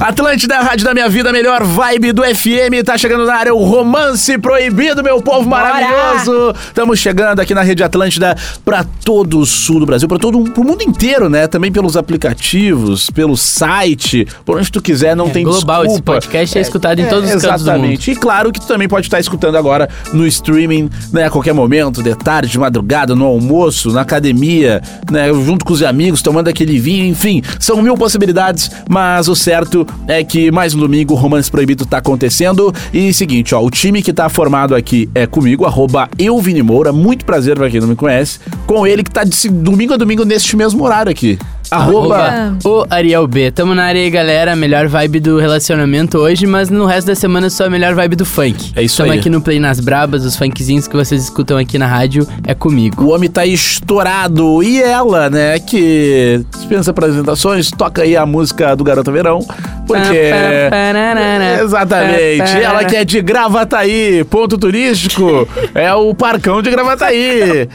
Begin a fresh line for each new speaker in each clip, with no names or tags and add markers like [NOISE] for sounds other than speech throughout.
Atlântida, Rádio da Minha Vida, melhor vibe do FM, tá chegando na área o Romance Proibido, meu povo maravilhoso. Estamos chegando aqui na Rede Atlântida pra todo o sul do Brasil, pra todo pro mundo inteiro, né? Também pelos aplicativos, pelo site, por onde tu quiser, não tem
Global, esse
desculpa.
podcast é escutado em todos os cantos do mundo.
Exatamente. E claro que tu também pode estar escutando agora no streaming, né? A qualquer momento, de tarde, de madrugada, no almoço, na academia, né? Junto com os amigos, tomando aquele vinho, enfim. São mil possibilidades, mas o certo é que mais um domingo o Romance Proibido tá acontecendo. E seguinte, ó, o time que tá formado aqui é comigo, arroba eu, Vini Moura. Muito prazer pra quem não me conhece. Com ele que tá de se- domingo a domingo neste mesmo horário aqui. Arroba...
Arroba o Ariel B. Tamo na área aí, galera. Melhor vibe do relacionamento hoje, mas no resto da semana é só a melhor vibe do funk.
É isso
Tamo
aí.
aqui no Play nas Brabas, os funkzinhos que vocês escutam aqui na rádio é comigo.
O homem tá estourado. E ela, né, que dispensa apresentações, toca aí a música do Garota Verão. Porque. Exatamente. Ela que é de Gravataí, ponto turístico. é o Parcão de Gravataí.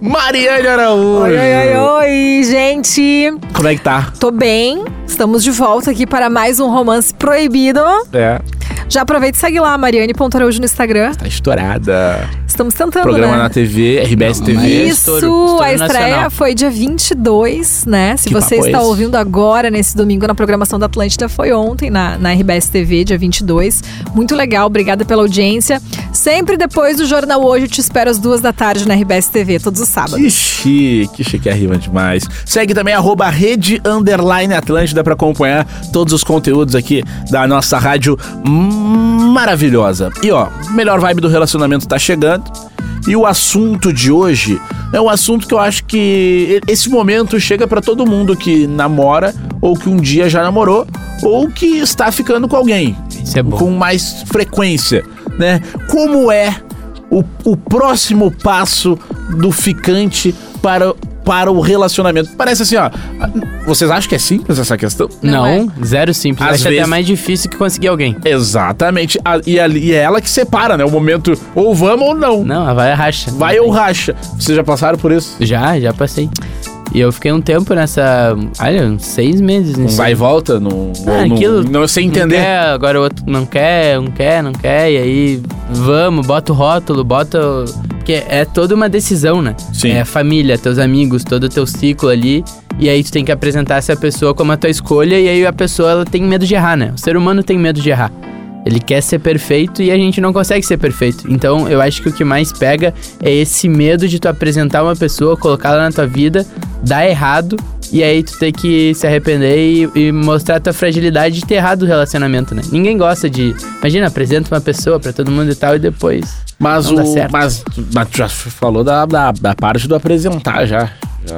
Mariane Araújo.
Oi, oi, oi, oi, gente!
Como é que tá?
Tô bem, estamos de volta aqui para mais um Romance Proibido.
É,
Já aproveita e segue lá, Mariane Araújo no Instagram.
tá estourada.
Estamos tentando,
Programa
né?
na TV, RBS
Não,
TV.
mas-
Isso,
Estouro, estouro
a estreia
nacional.
foi dia 22, né? Se
Que
você
papo é
está
esse?
ouvindo agora, nesse domingo, na programação da Atlântida, foi ontem na, na RBS TV, dia 22. Muito legal, obrigada pela audiência. Sempre depois do Jornal Hoje, eu te espero às duas da tarde na RBS TV, todos os sábados.
Que chique, que chique arriba demais. Segue também arroba rede underline Atlântida pra acompanhar todos os conteúdos aqui da nossa rádio maravilhosa. E ó, melhor vibe do relacionamento tá chegando. E o assunto de hoje é um assunto que eu acho que esse momento chega pra todo mundo que namora ou que um dia já namorou ou que está ficando com alguém
Isso é bom.
com mais frequência, né? Como é o, o próximo passo do ficante para, para o relacionamento? Parece assim, ó. Vocês acham que é simples essa questão?
Não,
Não
zero simples.
Às
Acho
vezes-
até mais difícil que conseguir alguém.
Exatamente. A- e, ali- e é ela que separa, né? O momento ou vamos ou não.
Não, ah, vai a racha.
Vai ou racha. Vocês já passaram por isso?
Já, já passei. E eu fiquei um tempo nessa. Olha, uns seis meses
Um
nisso.
vai e volta? Não,
Ah,
não,
aquilo-
não sei
Não
entender.
quer, agora o outro não quer, não quer, não quer, e aí vamos, bota o rótulo, bota. o- Porque é toda uma decisão, né?
Sim.
É a família, teus amigos, todo o teu ciclo ali. E aí tu tem que apresentar essa pessoa como a tua escolha, e aí a pessoa ela tem medo de errar, né? O ser humano tem medo de errar. Ele quer ser perfeito e a gente não consegue ser perfeito. Então eu acho que o que mais pega é esse medo de tu apresentar uma pessoa, colocar ela na tua vida, dar errado e aí tu ter que se arrepender e, e mostrar tua fragilidade de ter errado o relacionamento, né? Ninguém gosta de. Imagina, apresenta uma pessoa pra todo mundo e tal e depois.
Mas
não dá
o.
certo.
Mas, mas tu já falou da, da, da parte do apresentar já.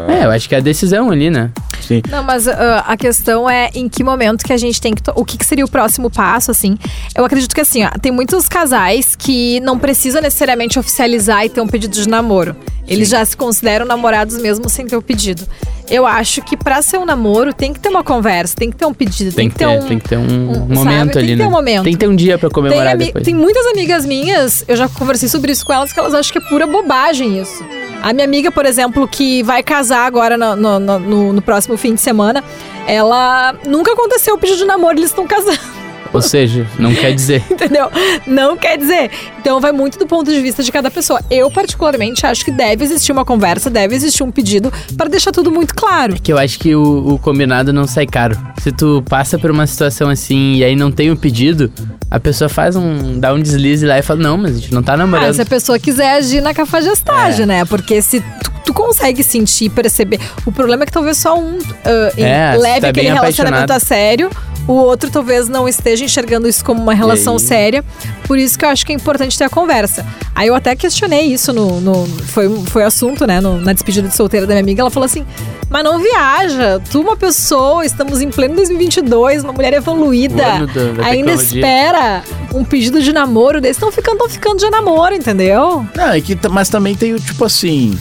É, eu acho que é a decisão ali, né?
Sim.
Não, mas ah, a questão é em que momento que a gente tem que. to- O que, que seria o próximo passo, assim? Eu acredito que, assim, ó, tem muitos casais que não precisa necessariamente oficializar e ter um pedido de namoro. Eles já se consideram namorados mesmo sem ter o pedido. Eu acho que pra ser um namoro tem que ter uma conversa, tem que ter um pedido,
Tem
tem,
que ter,
um.
tem que ter um,
um-
momento
sabe? Tem
ali,
que
né?
ter um momento.
Tem que ter um dia pra
Tem,
comemorar
ami-
depois.
tem muitas amigas minhas, eu já conversei sobre isso com elas, que elas acham que é pura bobagem isso. A minha amiga, por exemplo, que vai casar agora no, no- no- no- no próximo fim de semana, ela nunca aconteceu o pedido de namoro, eles estão [LAUGHS] casando, um-
Ou seja, não quer dizer.
[LAUGHS] entendeu? Não quer dizer. Então vai muito do ponto de vista de cada pessoa. Eu, particularmente, acho que deve existir uma conversa, deve existir um pedido para deixar tudo muito claro.
Que eu acho que o, o combinado não sai caro. Se tu passa por uma situação assim e aí não tem o pedido, a pessoa faz um. dá um deslize lá e fala, não, mas a gente não tá
Ah, se
namorando.
a pessoa quiser agir na cafajestagem,
É.
né? Porque se tu, tu consegue sentir, perceber. O problema é que talvez só um ah, em-
É, se
leve
tá
aquele
bem
relacionamento
apaixonado.
a sério, o outro talvez não esteja enxergando isso como uma relação
aí?
séria. Por isso que eu acho que é importante ter a conversa. Aí eu até questionei isso no. no- foi, foi assunto, né? no- na despedida de solteira da minha amiga. Ela falou assim: Mas não viaja. Tu, uma pessoa, estamos em pleno 2022, uma mulher
O
evoluída.
ano da- da
ainda
tecnologia.
espera um pedido de namoro desse. Estão ficando, tão ficando de namoro, entendeu?
Não, é que, t- mas também tem o tipo assim.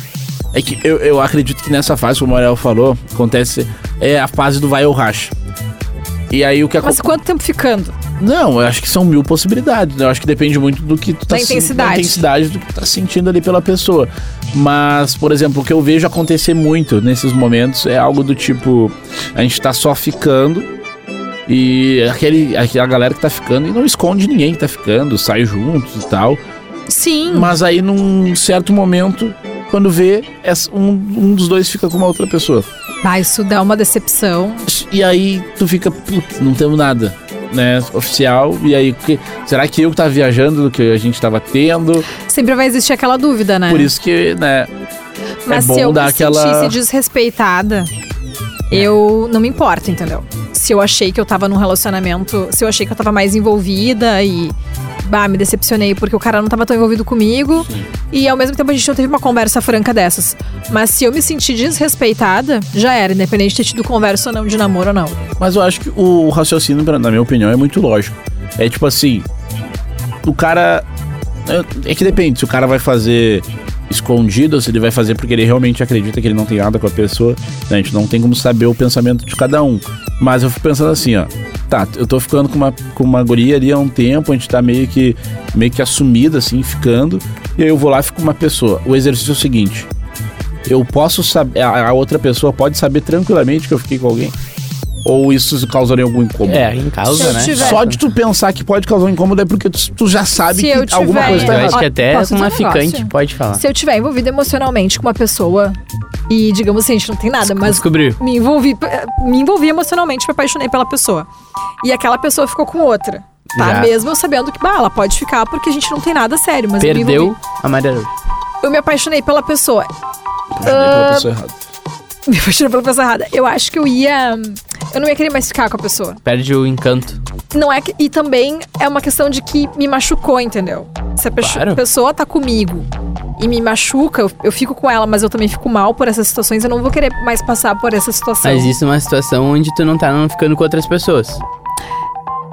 É que eu, eu acredito que nessa fase, como o Ariel falou, acontece. É a fase do vai ou racha. E aí o que
Mas
acontece.
quanto tempo ficando?
Não, eu acho que são mil possibilidades. né? Eu acho que depende muito do que tu tá
Da
sen-
intensidade.
da intensidade do que tu tá sentindo ali pela pessoa. Mas, por exemplo, o que eu vejo acontecer muito nesses momentos é algo do tipo: a gente tá só ficando. E aquele, aquela galera que tá ficando e não esconde ninguém que tá ficando, sai juntos e tal.
Sim.
Mas aí, num certo momento, quando vê, essa- um, um dos dois fica com uma outra pessoa.
Ah, isso dá uma decepção.
E aí tu fica, putz, não temos nada, né? Oficial. E aí, que- será que eu que tava viajando do que a gente tava tendo?
Sempre vai existir aquela dúvida, né?
Por isso que, né?
Mas
é bom
se eu
dar
me
aquela- É.
sentisse desrespeitada, eu não me importo, entendeu? Se eu achei que eu tava num relacionamento, se eu achei que eu tava mais envolvida e. Bah, me decepcionei porque o cara não tava tão envolvido comigo. E ao mesmo tempo a gente não teve uma conversa franca dessas. Mas se eu me sentir desrespeitada, já era, independente de ter tido conversa ou não, de namoro ou não.
Mas eu acho que o raciocínio, pra- na minha opinião, é muito lógico. É tipo assim: o cara. é- É que depende se o cara vai fazer escondido ou se ele vai fazer porque ele realmente acredita que ele não tem nada com a pessoa. né? A gente não tem como saber o pensamento de cada um. Mas eu fico pensando assim, ó. Tá, eu tô ficando com uma, com uma guria ali há um tempo, a gente tá meio que, meio que assumido, assim, ficando. E aí eu vou lá e fico com uma pessoa. O exercício é o seguinte: eu posso saber. A, a outra pessoa pode saber tranquilamente que eu fiquei com alguém? Ou isso causaria algum incômodo?
É, em causa,
Se eu
né?
tiver-
Só de tu pensar que pode causar um incômodo é porque tu, tu já sabe
Se
que
eu tiver-
alguma coisa tá
Eu acho
errada.
que
Ó,
até
É, posso dizer
uma
um
ficante
negócio?
pode
Tá.
falar.
Se eu tiver envolvida emocionalmente com uma pessoa e, digamos assim, a gente não tem nada, mas
Descobriu.
me envolvi, eh, me envolvi emocionalmente, me apaixonei pela pessoa. E aquela pessoa ficou com outra. Tá?
Já.
Mesmo eu sabendo que, bah, ela pode ficar porque a gente não tem nada sério, mas eu me,
Perdeu
envolvi-
a Maria Lu.
eu me apaixonei pela pessoa. [LAUGHS]
Ah, pessoa errada.
Me apaixonei pela pessoa errada. Eu acho que eu ia. Eu não ia querer mais ficar com a pessoa.
Perde o encanto.
Não é que, e também é uma questão de que me machucou, entendeu? Se a pe-
Claro.
pessoa tá comigo e me machuca, eu, eu fico com ela, mas eu também fico mal por essas situações, eu não vou querer mais passar por essa situação.
Mas isso é uma situação onde tu não tá não ficando com outras pessoas.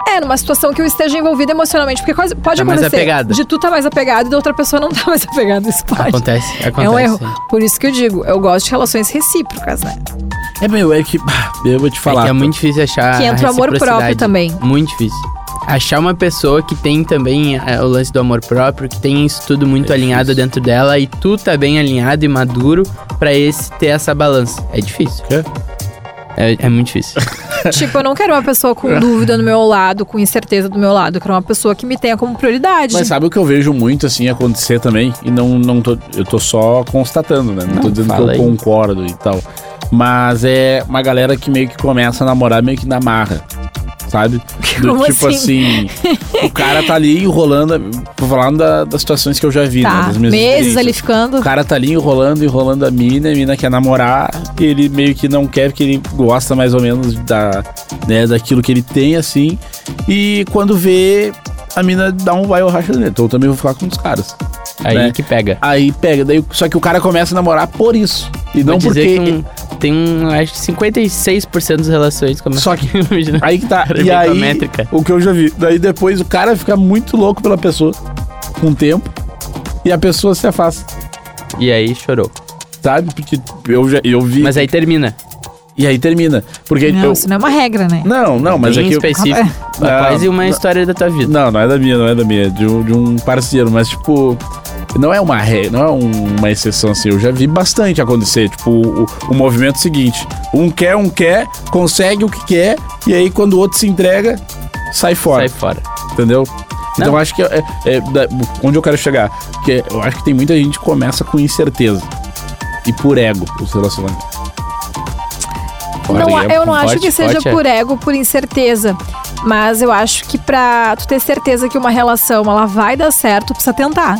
É, numa situação que eu esteja envolvida emocionalmente, porque coisa- pode
Tá mais
acontecer
apegada. Tá,
de tu tá mais apegado e da outra pessoa não [LAUGHS] tá mais apegada, isso pode.
Acontece, acontece.
É um erro. Por isso que eu digo, eu gosto de relações recíprocas, né?
É meu, é que. bah, Eu vou te
É
falar.
que é muito difícil achar.
que
a
entra o amor próprio
reciprocidade.
também.
Muito difícil. Achar uma pessoa que tem também é, o lance do amor próprio, que tem isso tudo
É
muito alinhado dentro dela e tu tá bem alinhado e maduro pra esse ter essa balança. É difícil.
Quê?
É, é muito
[LAUGHS]
difícil.
tipo, eu não quero uma pessoa
[LAUGHS]
com dúvida no meu lado, com incerteza do meu lado. Eu quero uma pessoa que me tenha como prioridade.
Mas sabe o que eu vejo muito assim acontecer também? E não, não tô. Eu tô só constatando, né? Não, tô
Não,
dizendo que eu
fala aí.
concordo e tal. Mas é uma galera que meio que começa a namorar meio que na marra.
[LAUGHS]
Sabe? Do
Como
tipo assim? o cara tá ali enrolando. Tô falando da- das situações que eu já vi, né?
tá,
Das minhas
meses
experiências.
ali ficando.
O cara tá ali enrolando, enrolando a mina, a mina quer namorar, e ele meio que não quer, porque ele gosta mais ou menos da, né, daquilo que ele tem, assim. E quando vê, a mina dá um vai ou racha nele. Então eu também vou ficar com os caras.
Aí
Né?
que pega.
Aí pega, daí, só que o cara começa a namorar por isso. E não
Vou dizer
porque.
que um- tem um, acho que 56% das relações começam
Só
[LAUGHS]
que.
Imagina.
[LAUGHS] Aí que tá.
Cara,
E
inventa
aí,
a métrica.
o que eu já vi. Daí depois o cara fica muito louco pela pessoa, com o tempo, e a pessoa se afasta,
E aí chorou.
sabe? Porque eu, já, eu vi.
Mas é- aí termina.
E aí termina. Porque
Não,
eu,
isso não é uma regra, né?
Não, não, mas é
Bem
aqui.
[LAUGHS]
específico.
Ah,
Quase uma
não.
história da tua vida.
Não, não é da minha, não é da minha. é De um, de um parceiro, mas tipo. Não é uma ré, não é um- uma exceção assim. Eu já vi bastante acontecer. Tipo, o, o movimento seguinte: um quer, um quer, consegue o que quer, e aí quando o outro se entrega, sai fora.
Sai fora.
Entendeu? Então
Não.
eu acho que é, é da- onde eu quero chegar. Porque eu acho que tem muita gente que começa com incerteza. E por ego, os relacionamentos.
Não,
Forte,
eu não
forte,
acho que seja
forte, é.
por ego, por incerteza. Mas eu acho que pra tu ter certeza que uma relação ela vai dar certo, tu precisa tentar.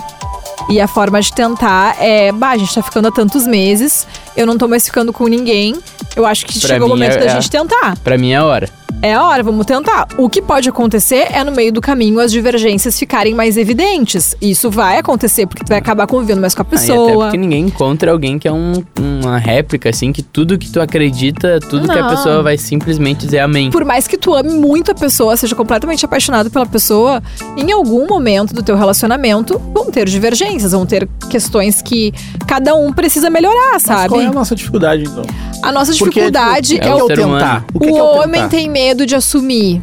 E a forma de tentar é, bah, a gente tá ficando há tantos meses, eu não tô mais ficando com ninguém. Eu acho que
Pra
chegou o
mim,
momento
é-
da
é.
gente tentar.
Pra mim é a hora.
É a hora, vamos tentar. O que pode acontecer é no meio do caminho as divergências ficarem mais evidentes. Isso vai acontecer, porque tu vai acabar convivendo mais com a
Ah, e até
pessoa.
porque ninguém encontra alguém que é um- uma réplica, assim, que tudo que tu acredita, tudo que a
Não.
pessoa vai simplesmente dizer amém.
por mais que tu ame muito a pessoa, seja completamente apaixonado pela pessoa, em algum momento do teu relacionamento vão ter divergências, vão ter questões que cada um precisa melhorar, sabe?
é Qual é a nossa dificuldade, então?
A nossa
Porque,
dificuldade
tipo,
é,
o
o,
ser humano.
tentar. O que que é
o
o
homem
tentar?
tem medo de assumir.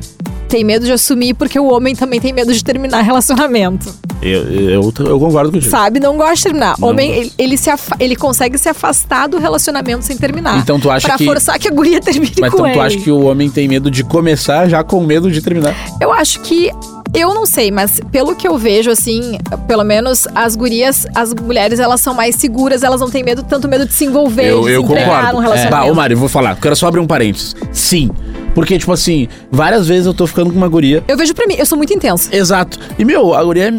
Tem medo de assumir porque o homem também tem medo de terminar relacionamento.
Eu, eu, eu concordo contigo.
Sabe? Não gosta de terminar.
Não
homem,
gosta.
ele, ele se afa- ele consegue se afastar do relacionamento sem terminar.
Então tu acha
tá. pra
que-
forçar que a guria [LAUGHS] termine
Mas
com
então
ele.
tu acha que o homem tem medo de começar já com medo de terminar?
Eu acho que. Eu não sei, mas pelo que eu vejo, assim, pelo menos as gurias, as mulheres, elas são mais seguras, elas não têm medo, tanto medo de se envolver, de se entregar num
É. Bah, ô
relacionamento.
Mário, eu vou falar. Quero só abrir um parênteses. Sim. Porque, tipo assim, várias vezes eu tô ficando com uma guria.
eu vejo pra mim, eu sou muito intensa.
Exato. E, meu, a guria,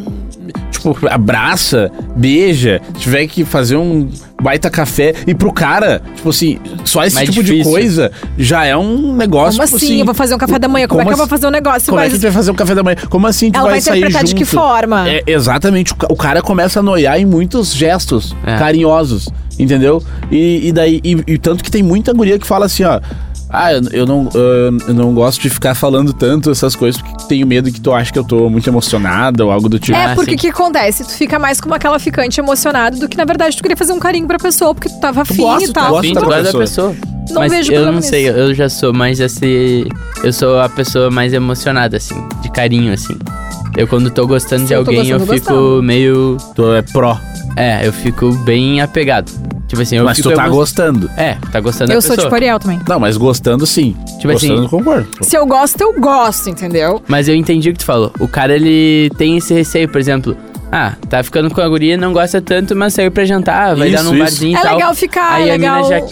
tipo, abraça, beija, se tiver que fazer um baita café. E pro cara, tipo assim, só esse
Mais
tipo de
difícil.
coisa já é um negócio,
Como
tipo
assim? Eu vou fazer um café da manhã, como, é que eu vou
assim-
fazer um negócio?
Como é
Mas
que tu vai fazer um café da manhã? Como assim tu
ela vai
sair
interpretar de que
junto?
forma?
Ah.
É, exatamente, o ca- o cara começa a noiar em muitos gestos
É.
carinhosos, entendeu? E, e daí, e, e tanto que tem muita guria que fala assim, ó. Ah, eu, eu não, ah, eu não gosto de ficar falando tanto essas coisas porque tenho medo que tu ache que eu tô muito emocionada ou algo do tipo.
É,
Ah,
porque
sim.
o que acontece? Tu fica mais como aquela ficante emocionada do que, na verdade, tu queria fazer um carinho pra pessoa, porque tu tava afim
gosta,
e
tu
tal.
gosta.
Sim,
da
tu gosta da
pessoa.
pessoa.
Não
Mas
vejo
eu
problema
não sei,
nisso.
eu já sou mais assim. Eu sou a pessoa mais emocionada, assim, de carinho, assim. Eu quando tô gostando
Sim,
de
eu tô
alguém, eu
gostando, eu
fico
gostava.
meio.
Tu é pró,
É, eu fico bem apegado. Tipo assim, eu
mas
fico
tu tá
emo-
gostando.
É, tá
né,
gostando
Eu
da pessoa.
sou tipo Ariel também.
Não, mas gostando sim.
Tipo assim-
gostando, concordo.
Se eu gosto, eu gosto, entendeu?
Mas eu entendi o que tu falou. O cara, ele tem esse receio, por exemplo. Ah, tá ficando com a guria, não gosta tanto, mas saiu pra jantar, vai
Isso,
dar num
isso.
barzinho
É
e tal.
legal ficar,
Aí a
é legal-
mina já,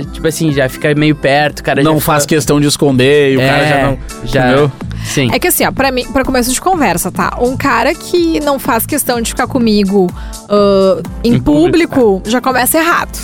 já, tipo assim, já fica meio perto, o cara já
Não
fica-
faz questão de esconder e o
É,
cara já não.
já-
entendeu?
Sim.
É que assim, ó, pra mim, pra começo de conversa, tá? Um cara que não faz questão de ficar comigo ah, em,
Em
público,
público,
já começa errado.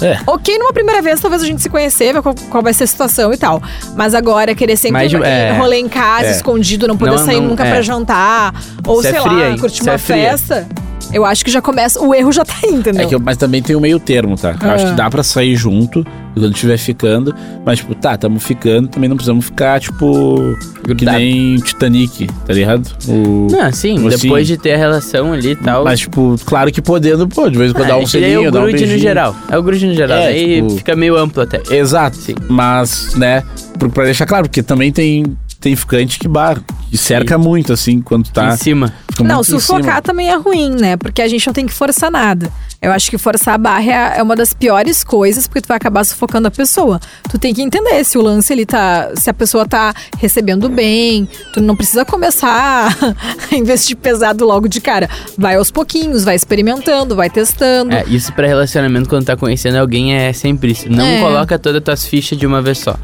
É.
Ok, numa primeira vez, talvez a gente se conhecer, ver qual, qual vai ser a situação e tal. Mas agora, querer sempre
Mas, é.
rolê em casa,
É.
escondido, não poder
Não,
sair
não,
nunca
é.
pra jantar, ou
Isso é
sei
fria,
lá,
hein?
curtir
Isso
uma
é fria.
festa. Eu acho que já começa, o erro já tá aí, entendeu?
É que eu- mas também tem o meio termo, tá? Eu
Ah.
acho que dá pra sair junto quando estiver ficando. Mas, tipo, tá, tamo ficando, também não precisamos ficar, tipo. Que
Grudado.
nem Titanic, tá ligado? O-
Não, sim,
Assim.
depois de ter a relação ali e tal.
Mas, tipo, claro que podendo, pô, de vez em quando
Ah,
dá um
esse daí
selinho,
é o
dá um
grude
beijinho.
no geral. É o grude no geral.
É,
aí
tipo-
fica meio amplo até.
Exato. Mas, né, pro- pra deixar claro, porque também tem, tem ficante que barra. E cerca muito, assim, quando tá.
Em cima.
fica
Não,
muito em
sufocar
cima.
também é ruim, né? Porque a gente não tem que forçar nada. Eu acho que forçar a barra é- é uma das piores coisas, porque tu vai acabar sufocando a pessoa. Tu tem que entender se o lance ali tá. Se a pessoa tá recebendo bem. Tu não precisa começar [LAUGHS] a investir pesado logo de cara. Vai aos pouquinhos, vai experimentando, vai testando.
É, isso pra relacionamento quando tá conhecendo alguém é sempre isso. Não
É.
coloca todas as tuas fichas de uma vez só.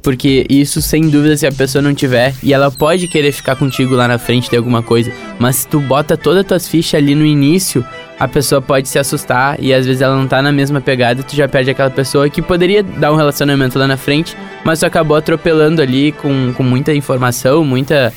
Porque isso, sem dúvida, se a pessoa não tiver, e ela pode querer ficar contigo lá na frente de alguma coisa, mas se tu bota todas as tuas fichas ali no início, a pessoa pode se assustar e às vezes ela não tá na mesma pegada, tu já perde aquela pessoa que poderia dar um relacionamento lá na frente, mas tu acabou atropelando ali com, com muita informação, muita,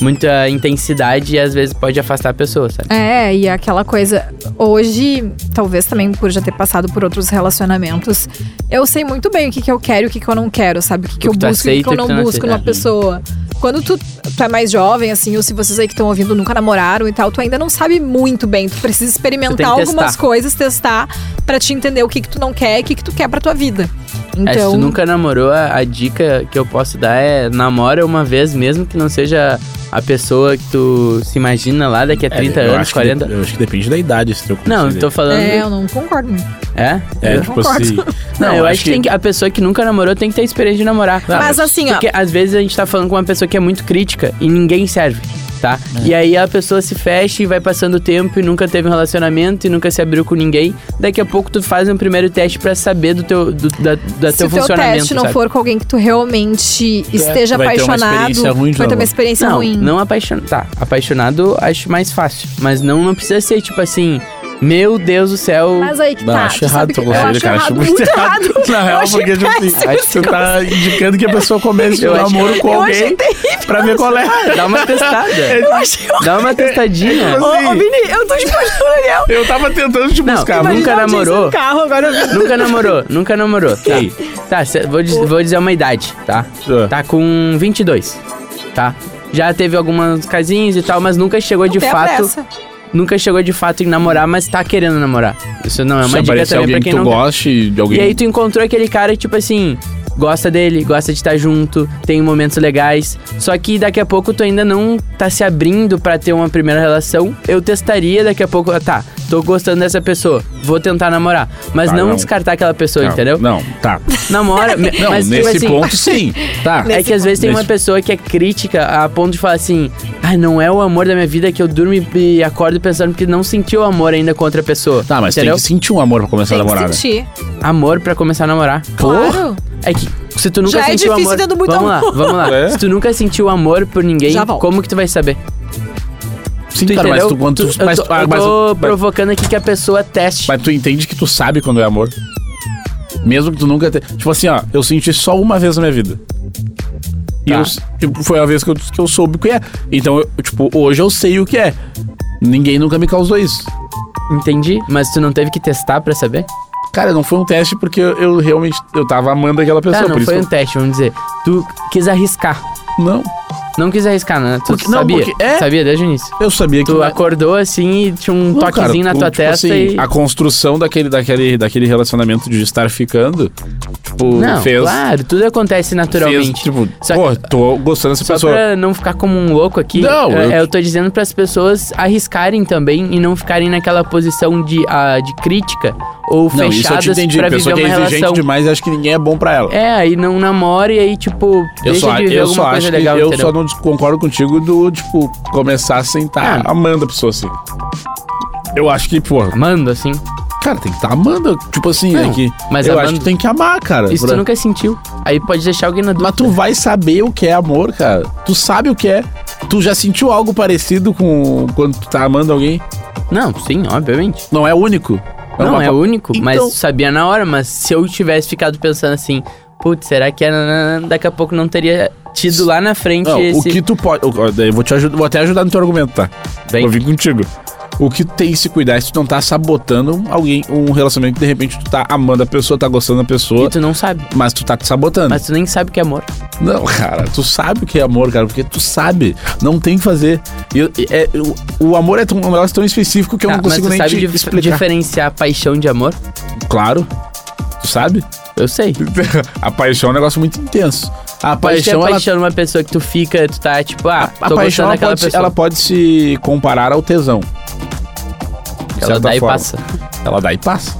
muita intensidade e às vezes pode afastar a pessoa, sabe?
É, e aquela coisa. Hoje, talvez também por já ter passado por outros relacionamentos, eu sei muito bem o que, que eu quero e o que, que eu não quero, sabe? O que, que
O
eu
que tu
busco e o que,
aceita
eu
e o que tá é. tu
não
não
busco
aceita.
numa pessoa. Quando tu, tu é mais jovem, assim, ou se vocês aí que estão ouvindo nunca namoraram e tal, tu ainda não sabe muito bem. Tu precisa experimentar
testar.
algumas coisas, testar, pra te entender o que, que tu não quer e o que, que tu quer pra tua vida. Então.
É, se tu nunca namorou, a, a dica que eu posso dar é namora uma vez, mesmo que não seja a pessoa que tu se imagina lá daqui a 30
É, eu
anos,
acho que de-
40.
eu acho que depende da idade esse teu
Não, eu tô falando.
É,
É?
eu não concordo. muito.
É,
eu
tipo
concordo.
assim.
Não, eu acho que, tem que- a pessoa que nunca namorou tem que ter experiência de namorar.
mas assim, ó.
Porque às vezes a gente tá falando com uma pessoa que é muito crítica e ninguém serve, tá?
É.
E aí a pessoa se fecha e vai passando o tempo e nunca teve um relacionamento e nunca se abriu com ninguém. Daqui a pouco tu faz um primeiro teste pra saber do teu, do, da, da
se
É teu
o teu
funcionamento.
teste não
sabe?
for com alguém que tu realmente esteja
É, vai ter uma
apaixonado,
experiência ruim de
vai ter uma
namoro.
experiência
Não,
ruim.
não apaixonado. Tá, apaixonado acho mais fácil. Mas não, não precisa ser tipo assim, meu Deus do céu.
Mas aí que
Não,
tá.
acho
tu
errado
sabe
tu
que- eu
conselho,
acho
cara.
errado,
Acho
muito errado.
[LAUGHS] Na
[LAUGHS] Eu
real,
achei
porque
[LAUGHS]
tipo assim,
péssimo
acho que
esse
tu tá indicando que a pessoa [LAUGHS] comece o
Eu achei-
namoro com
eu
alguém
achei
pra ver qual é. tipo
Dá uma testada.
Eu achei horrível.
Dá uma testadinha.
Ô,
Assim,
ô, Vini, eu tô te imaginando, Ariel.
Eu tava tentando te
Não,
buscar,
nunca
mas-
Imaginar o Jason
namorou?
no carro, agora eu-
Nunca namorou, nunca namorou. Tá,
Ok.
tá cê- vou, diz- vou dizer uma idade, tá?
Tá.
Tá com 22, tá? Já teve algumas casinhas e tal, mas nunca chegou de
Tem a
fato.
pressa.
Nunca chegou de fato em namorar, mas tá querendo namorar. Isso não é uma
Se
dica
aparecer
também
alguém
pra
que
quem
tu
não.
goste, de alguém.
E aí tu encontrou aquele cara, tipo assim, gosta dele, gosta de estar junto, tem momentos legais. Só que daqui a pouco tu ainda não tá se abrindo pra ter uma primeira relação. Eu testaria daqui a pouco, ah, tá, tô gostando dessa pessoa, vou tentar namorar. Mas
Tá,
não,
não.
descartar aquela pessoa, entendeu?
Não, tá. [LAUGHS]
Namora, me-
Não,
mas tipo
nesse
assim, [LAUGHS]
ponto sim. Tá.
é que às vezes tem uma
Nesse-
pessoa que é crítica a ponto de falar assim: ah, não é o amor da minha vida que eu durmo e- e acordo pensando que não sentiu amor ainda com outra pessoa.
Tá, mas
entendeu?
tem que sentir um amor pra começar
Tem
a
que
namorar. né?
sentir.
Amor pra começar a namorar.
Claro.
É que se tu nunca
Já é
sentiu
difícil
amor.
tendo muito
vamos
amor.
lá, vamos lá.
[LAUGHS] É.
Se tu nunca sentiu amor por ninguém,
Já volto.
como que tu vai saber?
né? Sim,
tu
cara, mas tu
entendeu?
quando tu.
eu
mas-
tô,
ah,
eu
mas-
tô
mas-
provocando aqui que a pessoa teste.
Mas tu entende que tu sabe quando é amor. Mesmo que tu nunca tenha. Tipo assim, ó, eu senti só uma vez na minha vida. E
Tá.
eu, tipo, foi a vez que eu, que eu soube o que é. Então, eu, tipo, hoje eu sei o que é. Ninguém nunca me causou isso.
Entendi, mas tu não teve que testar pra saber?
Cara, não foi um teste porque eu, eu realmente. Eu tava amando aquela pessoa.
tá, não
por isso
foi um
que
teste, vamos dizer. Tu quis arriscar.
eu, Não.
Não quis arriscar, né? Tu
Porque- não,
sabia?
porque- é.
Sabia desde o início.
Eu sabia que.
Tu acordou assim e tinha um
Não, cara,
toquezinho na
tu,
tua
tipo
testa
assim,
e.
A construção daquele, daquele, daquele relacionamento de estar ficando, tipo,
Não,
fez.
claro, tudo acontece
fez
naturalmente.
tipo,
Só-
pô, tô gostando dessa
Só
pessoa.
pra não ficar como um louco aqui,
Não,
é, eu,
eu-
tô dizendo pras pessoas arriscarem também e não ficarem naquela posição de, ah, de crítica ou
Não, isso eu
fechadas
te entendi.
pra
A pessoa
viver
que
uma
é exigente
relação.
demais, acho que ninguém é bom pra ela.
É, aí não namora e aí, tipo,
eu
deixa
só,
de viver
eu
alguma
só
coisa
acho que
legal,
eu
entendeu?
só não concordo contigo do, tipo, começar a sentar
Ah.
amando a pessoa assim. Eu acho que, pô,
Amando, assim.
cara, tem que estar amando. Tipo assim,
Não,
é que
mas
eu
amando-
acho que tem que amar, cara.
Isso
Pra-
tu nunca sentiu. Aí pode deixar alguém na dúvida.
Mas tu vai saber o que é amor, cara. Tu sabe o que é. Tu já sentiu algo parecido com quando tu tá amando alguém?
Não, sim, obviamente.
Não é único.
Não,
uma
é
pa-
único,
Então-
mas sabia na hora, mas se eu tivesse ficado pensando assim, putz, será que é nananã?" daqui a pouco não teria tido lá na frente
Não,
esse.
o que tu pode. eu- Daí eu vou, te ajudar, vou até ajudar no teu argumento, tá?
Vem.
Vou vir contigo. O que tem que se cuidar é se tu não tá sabotando alguém, um relacionamento que de repente tu tá amando a pessoa, tá gostando da pessoa,
E tu não sabe.
mas tu tá te sabotando.
Mas tu nem sabe o que é amor.
Não, cara, tu sabe o que é amor, cara, porque tu sabe, não tem que fazer. E eu- e é- eu- o amor é tão, um negócio tão específico que eu
Tá,
não consigo
mas tu
nem
sabe
te
dif-
explicar.
diferenciar paixão de amor?
Claro. Tu sabe? [LAUGHS]
Eu sei.
A paixão é um negócio muito intenso. A
Pode
paixão,
ter
ela
paixão numa pessoa que tu fica, tu tá tipo, ah,
A
tô
paixão
gostando
ela
daquela
pode, se-
pessoa.
ela pode se comparar ao tesão. De
Ela
certa
dá e
forma.
passa.
Ela dá e passa.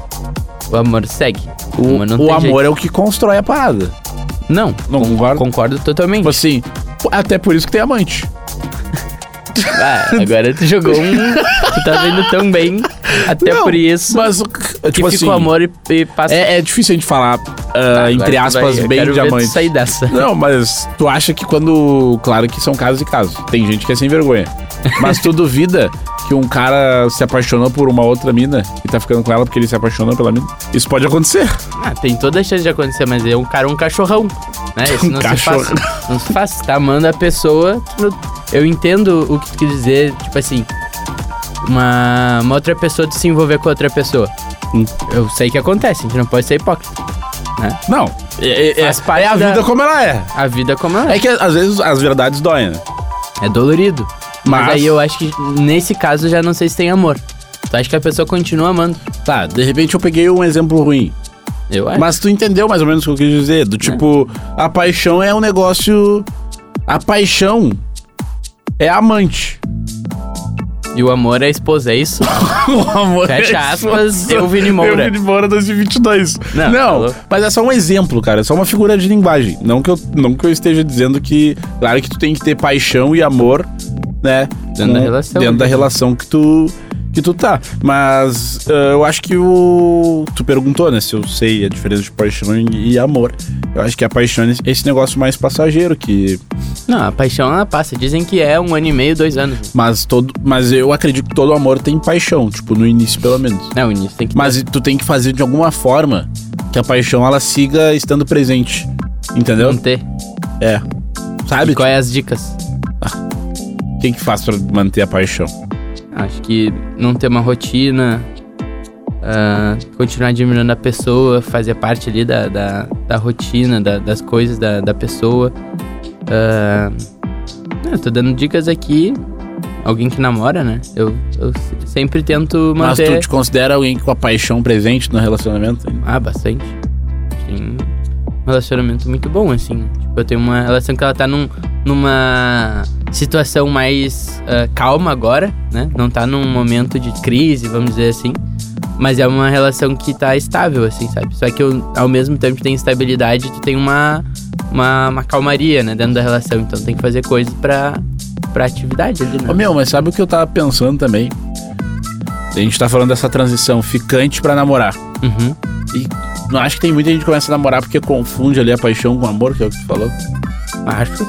O amor segue.
O,
Mas não
o
tem
amor
jeito.
é o que constrói a parada.
Não,
Não concorda?
concordo totalmente.
Tipo assim, até por isso que tem amante.
Ah, agora tu jogou um. tu tá vendo tão bem. Até
Não,
por isso.
Mas,
que
tipo
fica
assim,
o amor e, e passa.
é, é difícil a gente falar, ah,
Agora
entre
tu
aspas,
vai- eu
bem
quero
de
ver tu
amante.
sair dessa.
Não, mas tu acha que quando. Claro que são casos e casos. Tem gente que é sem vergonha. Mas
[LAUGHS]
tu duvida que um cara se apaixonou por uma outra mina e tá ficando com ela porque ele se apaixonou pela mina? Isso pode acontecer.
Ah, tem toda a chance de acontecer, mas é um cara um cachorrão,
[LAUGHS]
né? Isso
Um
não
cachorrão.
se faz. Não se faz. Tá amando a pessoa. tu- Eu entendo o que tu quis dizer, tipo assim. Uma, uma outra pessoa de se envolver com outra pessoa.
Hum.
Eu sei que acontece, a gente não pode ser hipócrita.
Não. É, é-
Faz
é-
parte
é a
da-
vida como ela é.
A vida como ela é.
É que às vezes as verdades doem, né?
É dolorido. Mas...
Mas-
aí eu acho que nesse caso já não sei se tem amor. Tu acha que a pessoa continua amando?
Tá, de repente eu peguei um exemplo ruim.
Eu acho.
Mas tu entendeu mais ou menos o que eu quis dizer? Do tipo, a paixão é um negócio. A paixão é amante.
E o amor é a esposa, é
[LAUGHS]
isso?
o amor
Fecha
isso.
aspas, eu, Vini Moura.
Eu, Vini Moura 2022.
Não,
Não,
falou.
mas é só um exemplo, cara. É só uma figura de linguagem. Não que, eu, não que eu esteja dizendo que. Claro que tu tem que ter paixão e amor, né?
Dentro da relação,
Dentro da
né?
relação que tu. Que tu tá. Mas ah, eu acho que o. Tu perguntou, né? Se eu sei a diferença de paixão e e amor. Eu acho que a paixão é esse negócio mais passageiro que.
Não, a paixão ela passa. Dizem que é um ano e meio, dois anos.
Mas, todo, mas eu acredito que todo amor tem paixão, tipo, no início pelo menos.
Não, início tem que
Mas tu tem que fazer de alguma forma que a paixão ela siga estando presente. Entendeu?
manter.
É. Sabe?
Hum. E qual é as dicas?
O que, que faz pra manter a paixão?
Acho que não ter uma rotina, ah, continuar admirando a pessoa, fazer parte ali da, da, da rotina, da- das coisas da, da pessoa. Ah, eu tô dando dicas aqui. Alguém que namora, né? Eu, eu se- sempre tento
Mas
manter.
tu te considera alguém com a paixão presente no relacionamento?
Ah, bastante. Sim. relacionamento muito bom, assim. Tipo, eu tenho uma relação que ela tá num, numa situação mais ah, calma agora, né? Não tá num momento de crise, vamos dizer assim. Mas é uma relação que tá estável, assim, sabe? Só que eu, ao mesmo tempo que tem estabilidade, tu tem uma, uma, uma calmaria, né? Dentro da relação. Então tem que fazer coisas pra, pra atividade ali, né?
Ô, meu, mas sabe o que eu tava pensando também? A gente tá falando dessa transição ficante pra namorar.
Uhum.
Não acho que tem muita gente que começa a namorar porque confunde ali a paixão com o amor, que é o que tu falou.
Acho.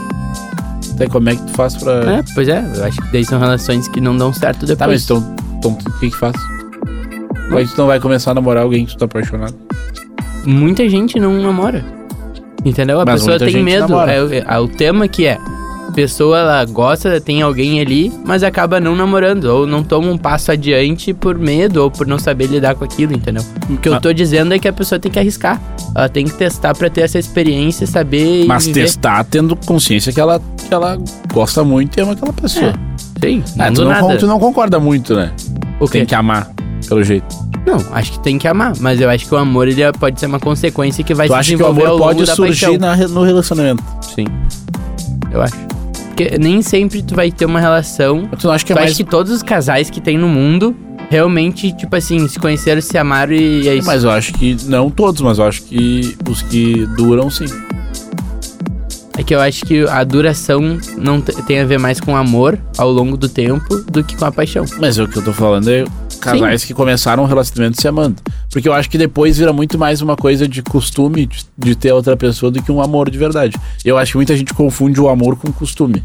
Até como é que tu faz pra.
É, pois é, eu acho que daí são relações que não dão certo depois.
Tá, mas então, então o que que faz? Como é que tu não vai começar a namorar alguém que tu tá apaixonado?
Muita gente não namora. Entendeu? A
Mas
pessoa
muita
tem
gente
medo.
namora.
É, o- é, o tema que é. A pessoa ela gosta, tem alguém ali, mas acaba não namorando, ou não toma um passo adiante por medo, ou por não saber lidar com aquilo, entendeu? O que eu
Ah.
tô dizendo é que a pessoa tem que arriscar. Ela tem que testar pra ter essa experiência, saber. e
Mas
viver.
testar tendo consciência que ela, que ela gosta muito e ama aquela pessoa.
Sim,
Ah,
É, não
tu,
do
não, con-
nada.
tu não concorda muito, né?
O quê?
Tem que amar, pelo jeito.
Não, acho que tem que amar, mas eu acho que o amor ele pode ser uma consequência que vai
tu
se
acha que o
desenvolver ao
amor
longo
pode
da
surgir
paixão.
na re- no relacionamento?
Sim. Eu acho. Porque nem sempre tu vai ter uma relação.
Mas Tu não acha que
Tu
é mais.
acha que todos os casais que tem no mundo realmente, tipo assim, se conheceram, se amaram e é isso.
Mas eu acho que. Não todos, mas eu acho que os que duram, sim.
É que eu acho que a duração não te- tem a ver mais com o amor ao longo do tempo do que com a paixão.
Mas o que eu tô falando é casais que começaram um relacionamento se amando. Porque eu acho que depois vira muito mais uma coisa de costume de, de ter a outra pessoa do que um amor de verdade. Eu acho que muita gente confunde o amor com costume,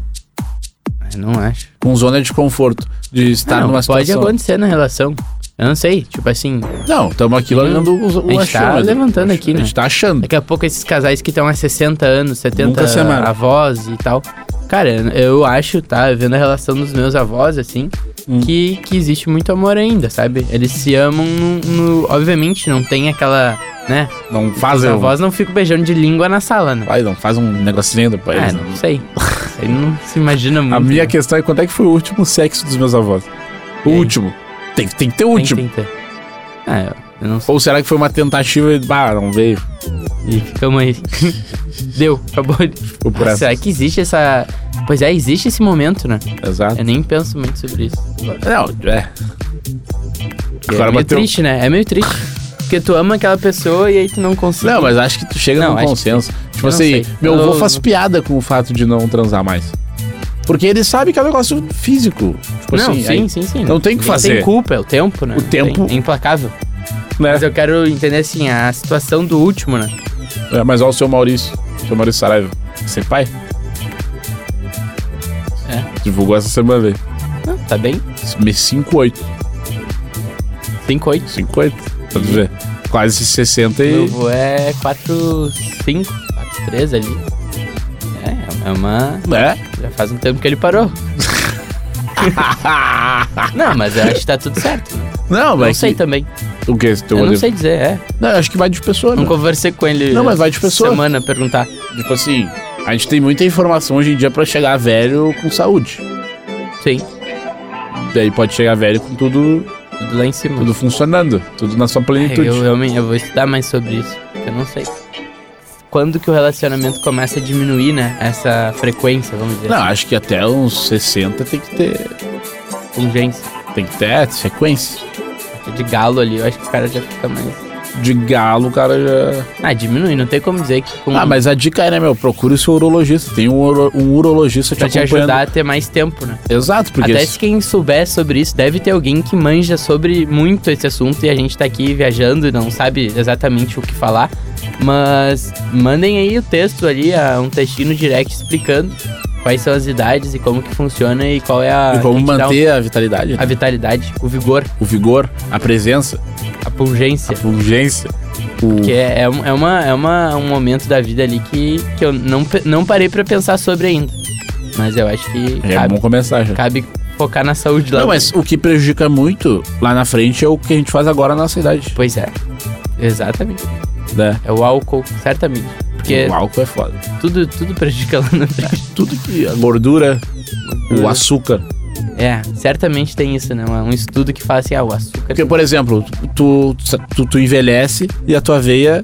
Eu não acho.
com zona de conforto, de estar
Ah, não,
Tá numa
pode
situação.
acontecer na relação. Eu não sei, tipo assim,
Não, estamos aqui
Hum.
largando os, o
A gente tá
achismo, mas-
levantando aqui,
A
né?
gente tá achando.
Daqui a pouco esses casais que estão há 60 anos, 70
Nunca se amaram.
avós e tal. Cara, eu acho, tá? Vendo a relação dos meus avós, assim,
Hum.
que, que existe muito amor ainda, sabe? Eles se amam no. no- obviamente, não tem aquela. né?
Não
Os
faz um,
avós não ficam beijando de língua na sala, né?
Vai, não faz um negocinho do país.
Ah, não sei. [LAUGHS] Isso aí não se imagina muito.
A minha
né?
questão é quanto é que foi o último sexo dos meus avós? O
E aí?
último. Tem, tem que ter o
Tem-
último.
tem que ter. Ah, eu- eu não sei.
Ou será que foi uma tentativa e. Ah, não veio.
E ficamos aí. [LAUGHS] Deu, acabou.
Ficou por
Ah,
essa.
será que existe essa. Pois é, existe esse momento, né?
Exato.
Eu nem penso muito sobre isso.
Não, é.
é
Agora
meio
bateu.
triste, né? É meio triste. Porque tu ama aquela pessoa e aí tu não consegue.
Não, mas acho que tu chega
Não,
num
acho que
consenso. Tipo
Eu não
assim,
sei.
meu avô
Eu-
faz piada com o fato de não transar mais. Porque ele sabe que é um negócio físico. Tipo
Não,
assim,
sim,
aí-
sim, sim.
não tem o que
Ninguém
fazer.
Tem culpa, é o tempo, né?
O tempo-
É implacável.
né?
Mas eu quero entender, assim, a situação do último, né?
É, mas olha o seu Maurício. O seu Maurício Saraiva. Sem pai?
É.
Divulgou essa semana aí.
Não, tá bem?
58.
5, 8.
58. Pra tu ver. Quase 60
Meu
e.
avô é 4, 5, 4, 3 ali. É, é uma.
Né? [LAUGHS]
Já faz um tempo que ele parou. não, mas eu acho que tá
[LAUGHS]
tudo certo. né?
Não,
Não
Ah. mas.
sei
que-
também.
O que esse teu
Eu não
modelo?
sei dizer, é.
Não, eu acho que vai de pessoa, né?
Não conversei com ele.
Não, mas vai de pessoa.
Semana perguntar.
Tipo assim, a gente tem muita informação hoje em dia pra chegar velho com saúde.
Sim,
E aí pode chegar velho com tudo,
tudo lá em cima.
tudo funcionando, tudo na sua
É,
plenitude.
Eu realmente eu vou estudar mais sobre isso, porque eu não sei. Quando que o relacionamento começa a diminuir, né? Essa frequência, vamos dizer.
Não, acho que até uns 60 tem que ter,
assim, Pungência.
tem que ter é, sequência.
De galo ali, eu acho que o cara já fica mais.
De galo, o cara já.
Ah, diminui, não tem como dizer que com...
Ah, mas a dica é, né, meu? Procure o seu urologista. Tem um, uro- um urologista te
pra te
acompanhando.
ajudar a ter mais tempo, né?
Exato, porque.
Até se quem souber sobre isso, deve ter alguém que manja sobre muito esse assunto e a gente tá aqui viajando e não sabe exatamente o que falar. Mas mandem aí o texto ali, a- um textinho no direct explicando quais são as idades e como que funciona e qual é a.
e como
tem que dar um-
manter a vitalidade, né?
a vitalidade, o vigor,
o vigor, a presença,
a
a
pungência.
pungência, o.
Que é, é, um- é uma, é uma, um momento da vida ali que, que eu não, pe- não parei pra pensar sobre ainda. Mas eu acho que
É
cabe,
bom começar já.
cabe focar na saúde lá.
Não, mas o que prejudica muito lá na frente é o que a gente faz agora na nossa idade.
Pois é. Exatamente.
Né?
É o álcool, certamente. Porque
O álcool é foda.
tudo, tudo prejudica lá na frente.
Tudo que. A gordura, o açúcar.
[LAUGHS] É, certamente tem isso, né? Um estudo que fala assim, ah, o açúcar...
Porque, por exemplo, tu, tu, tu envelhece e a tua veia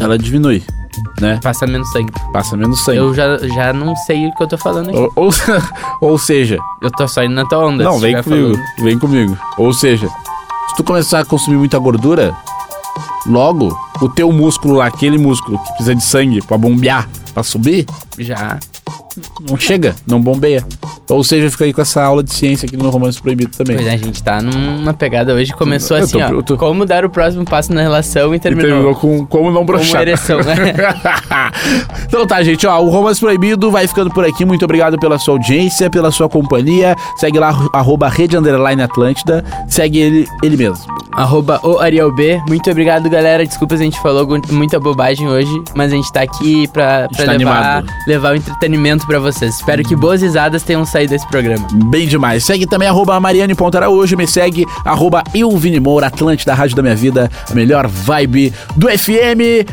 ela diminui. né?
Passa menos sangue.
Passa menos sangue.
Eu já, já não sei o que eu tô falando aqui.
Ou,
[LAUGHS]
ou, ou seja,
Eu tô só indo na tua onda.
não,
se
vem
estiver
comigo,
falando.
vem comigo. Ou seja, se tu começar a consumir muita gordura, logo o teu músculo lá, aquele músculo que precisa de sangue pra bombear, pra subir,
Já.
não chega, não bombeia. Ou seja, fica aí com essa aula de ciência aqui no Romance Proibido também.
Pois é, a gente tá numa pegada hoje. Começou
Eu
assim,
tô-
ó.
eu tô-
Como dar o próximo passo na relação e
E
terminou.
terminou com como não brochar.
ereção, né?
[LAUGHS] então tá, gente, ó, o Romance Proibido vai ficando por aqui. Muito obrigado pela sua audiência, pela sua companhia. Segue lá, arroba Rede Underline Atlântida. Segue ele, ele mesmo.
Arroba o Ariel B. Muito obrigado, galera. Desculpa se a gente falou algum- muita bobagem hoje, mas a gente tá aqui pra, pra
tá
levar,
animado.
levar o entretenimento pra vocês. Espero que boas risadas tenham saído desse programa.
Bem demais. Segue também arroba Mariane.araújo, me segue, arroba Elvini Moura, Atlântida, Rádio da Minha Vida, a melhor vibe do FM.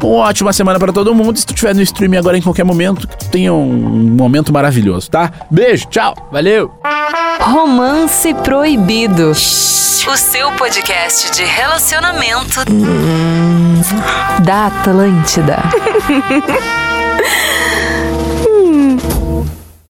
Uma ótima semana pra todo mundo. Se tu tiver no stream agora em qualquer momento, que tu tenha um momento maravilhoso, tá? Beijo, tchau!
Valeu!
Romance Proibido. O seu podcast de relacionamento da Atlântida.